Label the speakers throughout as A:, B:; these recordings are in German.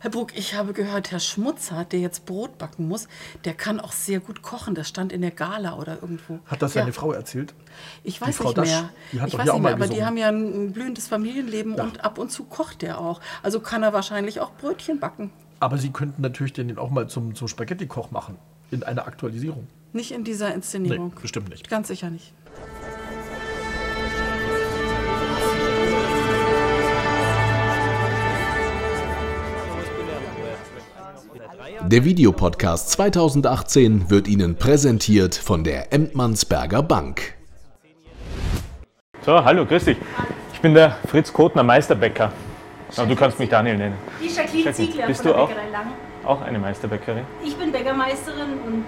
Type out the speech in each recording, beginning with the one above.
A: Herr Bruck, ich habe gehört, Herr Schmutzhardt, der jetzt Brot backen muss, der kann auch sehr gut kochen. Das stand in der Gala oder irgendwo.
B: Hat das
A: ja.
B: seine Frau erzählt?
A: Ich weiß
B: Frau
A: nicht
B: Dasch,
A: mehr.
B: die hat
A: ich
B: doch
A: weiß
B: hier auch
A: nicht
B: mal
A: mehr, aber die
B: gesungen.
A: haben ja ein ein blühendes Familienleben und ab und zu kocht der auch. Also kann er wahrscheinlich auch Brötchen backen.
B: Aber Sie könnten natürlich den auch mal zum, zum Spaghetti-Koch machen. In einer Aktualisierung.
A: Nicht in dieser Inszenierung.
B: Nee, bestimmt nicht.
A: Ganz sicher nicht.
C: Der Videopodcast 2018 wird Ihnen präsentiert von der Emdmansberger Bank.
D: So, hallo, grüß dich. Ich bin der Fritz Kotner, Meisterbäcker. Na, du kannst mich Daniel nennen.
E: Die Jacqueline
D: Jacqueline,
E: Ziegler
D: bist
E: von
D: du
E: der
D: auch?
E: Bäckerei Lang.
D: Auch eine Meisterbäckerin.
E: Ich bin Bäckermeisterin und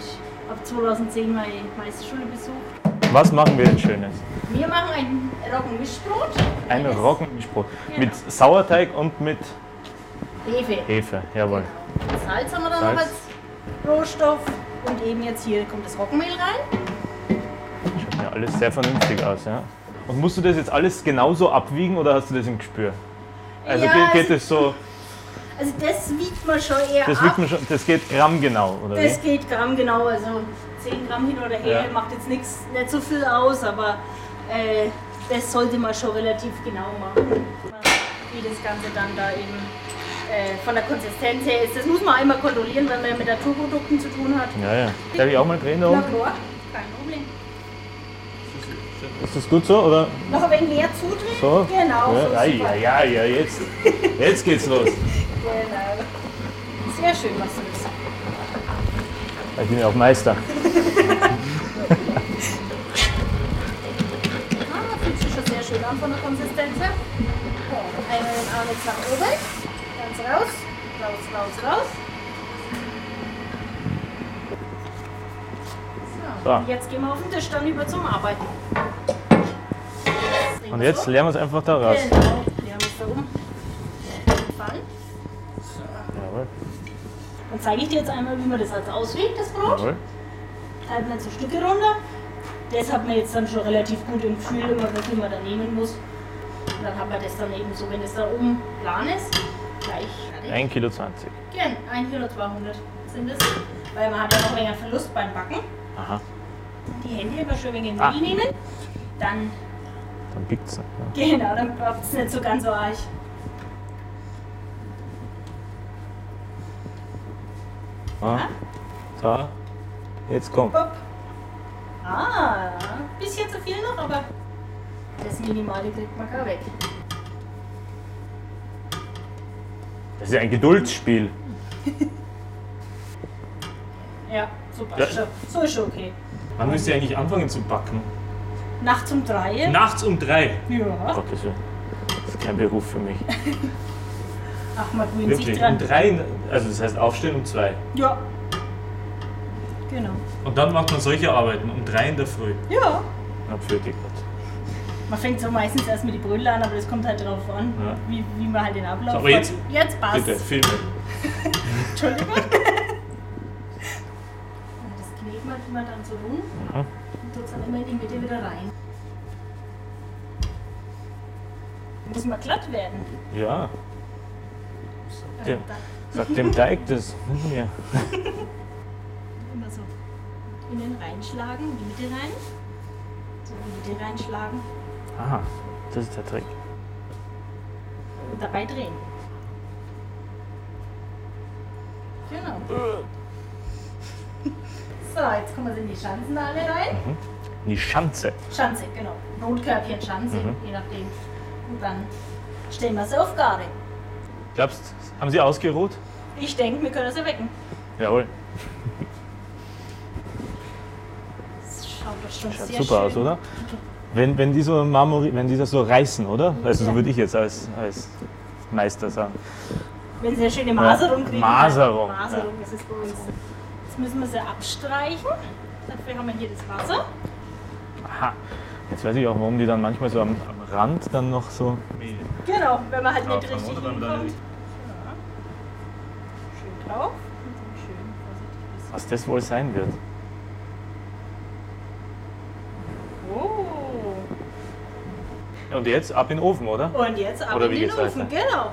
E: habe 2010 meine Meisterschule besucht.
D: Was machen wir denn Schönes?
E: Wir machen ein Roggenmischbrot.
D: Ein
E: Das-
D: Roggenmischbrot mit Sauerteig und mit
E: Hefe.
D: Hefe. Jawohl.
E: Salz haben wir dann
D: Salz.
E: noch als Rohstoff. Und eben jetzt hier kommt das Roggenmehl rein.
D: Schaut mir alles sehr vernünftig aus, ja. Und musst du das jetzt alles genauso abwiegen oder hast du das im Gespür? Also
E: Ja,
D: geht, geht
E: also-
D: das so,
E: Also das wiegt man schon eher
D: das,
E: ab.
D: wiegt man schon, das geht grammgenau, oder wie?
E: Ah. Das geht Gramm genau, also 10 Gramm hin oder her
D: Ja.
E: macht jetzt nichts, nicht so viel aus, aber äh, das sollte man schon relativ genau machen, wie das Ganze dann da eben äh, von der Konsistenz her ist. Das muss man einmal kontrollieren, wenn man mit Naturprodukten zu tun hat.
D: Ja, ja. Darf ich auch mal drehen da
E: Na
D: oben?
E: klar, kein Problem.
D: Ist das gut so, oder
E: Noch ein wenig mehr zudrehen?
D: so?
E: Genau, so
D: Ja, ja,
E: super.
D: ja, ja, jetzt, jetzt geht's los.
E: genau. Sehr schön machst du das.
D: Ich bin ja auch Meister.
E: Ah, fühlt sich schon sehr schön an von der Konsistenz her. So, Einmal den Arm jetzt nach oben, ganz raus, raus, raus, raus. So,
D: So.
E: und jetzt gehen wir auf den Tisch dann über zum Arbeiten.
D: Und jetzt
E: so.
D: lernen wir es einfach da raus.
E: Genau, lernen wir es da um. Fallen.
D: Jawohl.
E: Dann zeige ich dir jetzt einmal, wie man das halt auswiegt, das Brot.
D: Jawohl.
E: halten dann so Stücke runter. Das hat man jetzt dann schon relativ gut im Gefühl, immer wie viel man da nehmen muss. Und dann hat man das dann eben so, wenn es da oben plan ist, gleich fertig.
D: 1,20 Kilo. 20.
E: Gern, 1 Kilo 200 sind es. Weil man hat ja noch ein wenig Verlust beim Backen.
D: Aha.
E: Die Hände immer schön wegen
D: Ah.
E: ah. nehmen. Dann,
D: Dann biegt's. nicht, ne? Ja.
E: genau, dann bleibt es nicht so ganz so arg.
D: Ah. Da. Jetzt komm.
E: Pop. Ah, bisschen zu viel noch, aber das Minimale kriegt man gar weg.
D: Das ist ein Geduldsspiel.
E: Ja, super.
D: Ja.
E: schon. So ist schon okay.
F: Wann müsst ihr eigentlich anfangen zu backen?
E: Nachts um drei.
F: Nachts um drei.
E: Ja.
D: Gottes Willen. Das ist kein Beruf für mich.
E: Ach, man gewöhnt sich
F: Wirklich?
E: dran.
F: Um drei? in- Also das heißt aufstehen um zwei.
E: Ja. Genau.
F: Und dann macht man solche Arbeiten um drei in der Früh.
E: Ja.
D: Abfürdig.
E: Man fängt so meistens erst mit die Brödel an, aber das kommt halt drauf an,
F: Ja.
E: wie, wie man halt den Ablauf
F: So, aber jetzt-
E: hat. Jetzt passt.
F: Bitte, filmen.
E: Entschuldigung. das knetet man immer dann so rum und tut es dann immer in die Mitte wieder rein. Muss mal glatt werden.
D: Ja. Sagt dem, sag dem Teig das. Ja.
E: Immer so innen reinschlagen, in die Mitte rein. So in die Mitte reinschlagen
D: Aha. Das ist der Trick.
E: und dabei drehen. Genau. So, jetzt kommen wir in die Schanzen alle rein.
D: In Die Schanze.
E: Schanze, genau. Brotkörbchen, Schanze,
D: Mhm.
E: je nachdem. Und dann stellen wir sie auf Garde.
D: Glaubst haben Sie ausgeruht?
E: Ich denke, wir können sie wecken.
D: Jawohl.
E: Das schaut doch schon
D: Schaut
E: sehr
D: super
E: schön.
D: aus, oder? Wenn, wenn, die so Marmori, wenn die das so reißen, oder? Also so
E: Ja.
D: würde ich jetzt als, als Meister sagen.
E: Wenn sie eine schöne Maserung kriegen.
D: Maserung,
E: Maserung, das ist bei uns. Jetzt müssen wir sie abstreichen. Dafür haben wir hier das Wasser.
D: Aha. Jetzt weiß ich auch, warum die dann manchmal so am, am Rand dann noch so.
E: Genau, wenn man halt
F: Drauf
E: nicht
F: haben,
E: richtig
F: oder? Wenn man
E: hinkommt.
F: da
E: Ja.
F: nicht-
E: Schön drauf. Und dann schön vorsichtig bis
D: Was das wohl sein wird.
E: Oh.
D: Ja, und jetzt ab in den Ofen, oder?
E: Und jetzt ab
D: Oder
E: in
D: wie
E: den
D: geht's
E: Ofen,
D: weiter?
E: genau.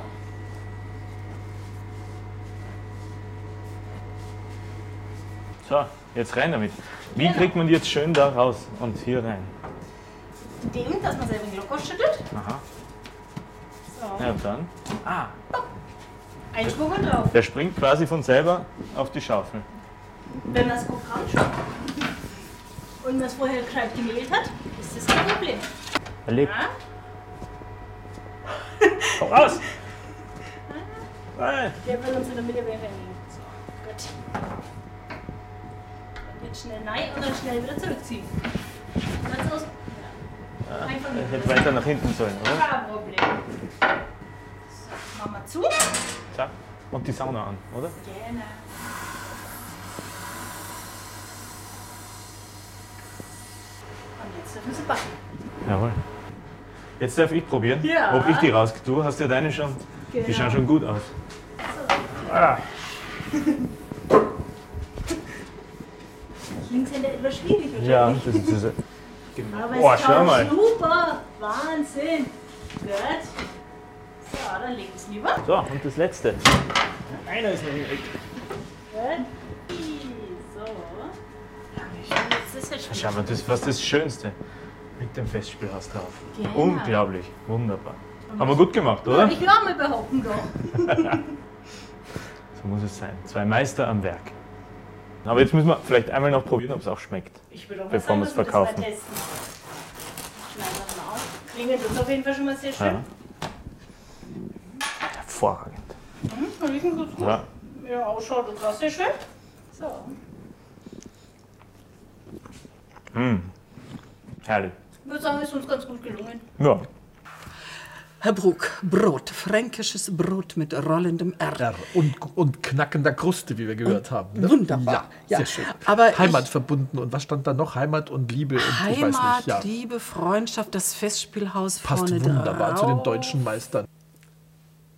D: So, jetzt rein damit. Wie
E: Genau.
D: kriegt man die jetzt schön da raus und hier rein?
E: Dem, dass man selber locker schüttelt.
D: Aha.
E: So.
D: Ja, und dann? Ah,
E: Einschwung und drauf.
D: der springt quasi von selber auf die Schaufel.
E: Wenn man es gut ranschaut und man es vorher gescheit gemählt hat, ist das kein Problem.
D: Er lebt.
E: Ja?
D: Komm raus!
E: Ah.
D: Nein!
E: Der will uns in der Mitte wegrennen. So, gut. Dann jetzt schnell rein und dann schnell wieder zurückziehen. Ganz aus. Ja. Einfach
D: Ich hätte weiter nach hinten sollen, oder?
E: Kein Problem. So, machen wir zu. Genau.
D: Zack. Und die Sauna an, oder?
E: Und jetzt dürfen sie backen.
D: Jawohl. Jetzt darf ich probieren,
E: Ja.
D: ob ich die raus. Du hast ja deine schon. Die
E: Genau.
D: schauen schon gut aus.
E: Linkshänder etwas schwierig, wahrscheinlich.
D: das ist diese.
E: Aber
D: Boah,
E: es
D: schau mal.
E: schaut super. Wahnsinn. Gut. So, dann legen wir es lieber.
D: So, und das letzte. Einer ist noch im Eck.
E: Gut. So. Das ist ja
D: Schau mal, das ist fast das Schönste mit dem Festspielhaus drauf.
E: Genau.
D: Unglaublich, wunderbar. Haben wir gut gemacht, oder?
E: Würde ich auch mal behaupten, doch.
D: So muss es sein. Zwei Meister am Werk. Aber jetzt müssen wir vielleicht einmal noch probieren, ob es auch schmeckt.
E: Ich würde auch
D: Bevor wir es
E: dass das
D: verkaufen.
E: mal testen. Schneiden wir mal auf. Klingelt uns auf jeden Fall schon mal sehr schön.
D: Ja. Hervorragend.
E: Hm, riechen gut.
D: Ja.
E: Ja, ausschaut und war sehr schön. So.
D: Herrlich.
E: Ich würde sagen, ist uns ganz gut gelungen.
D: Ja.
A: Herr Bruck, Brot, fränkisches Brot mit rollendem R.
B: R und, und knackender Kruste, wie wir gehört haben. ne?
A: Wunderbar.
B: Ja,
A: Ja.
B: sehr schön.
A: Aber ich-
B: Heimat verbunden und was stand da noch? Heimat und Liebe und ich weiß
A: Heimat,
B: nicht. Ja,
A: Liebe, Freundschaft, das Festspielhaus
B: passt
A: vorne
B: wunderbar
A: drauf.
B: zu den deutschen Meistern.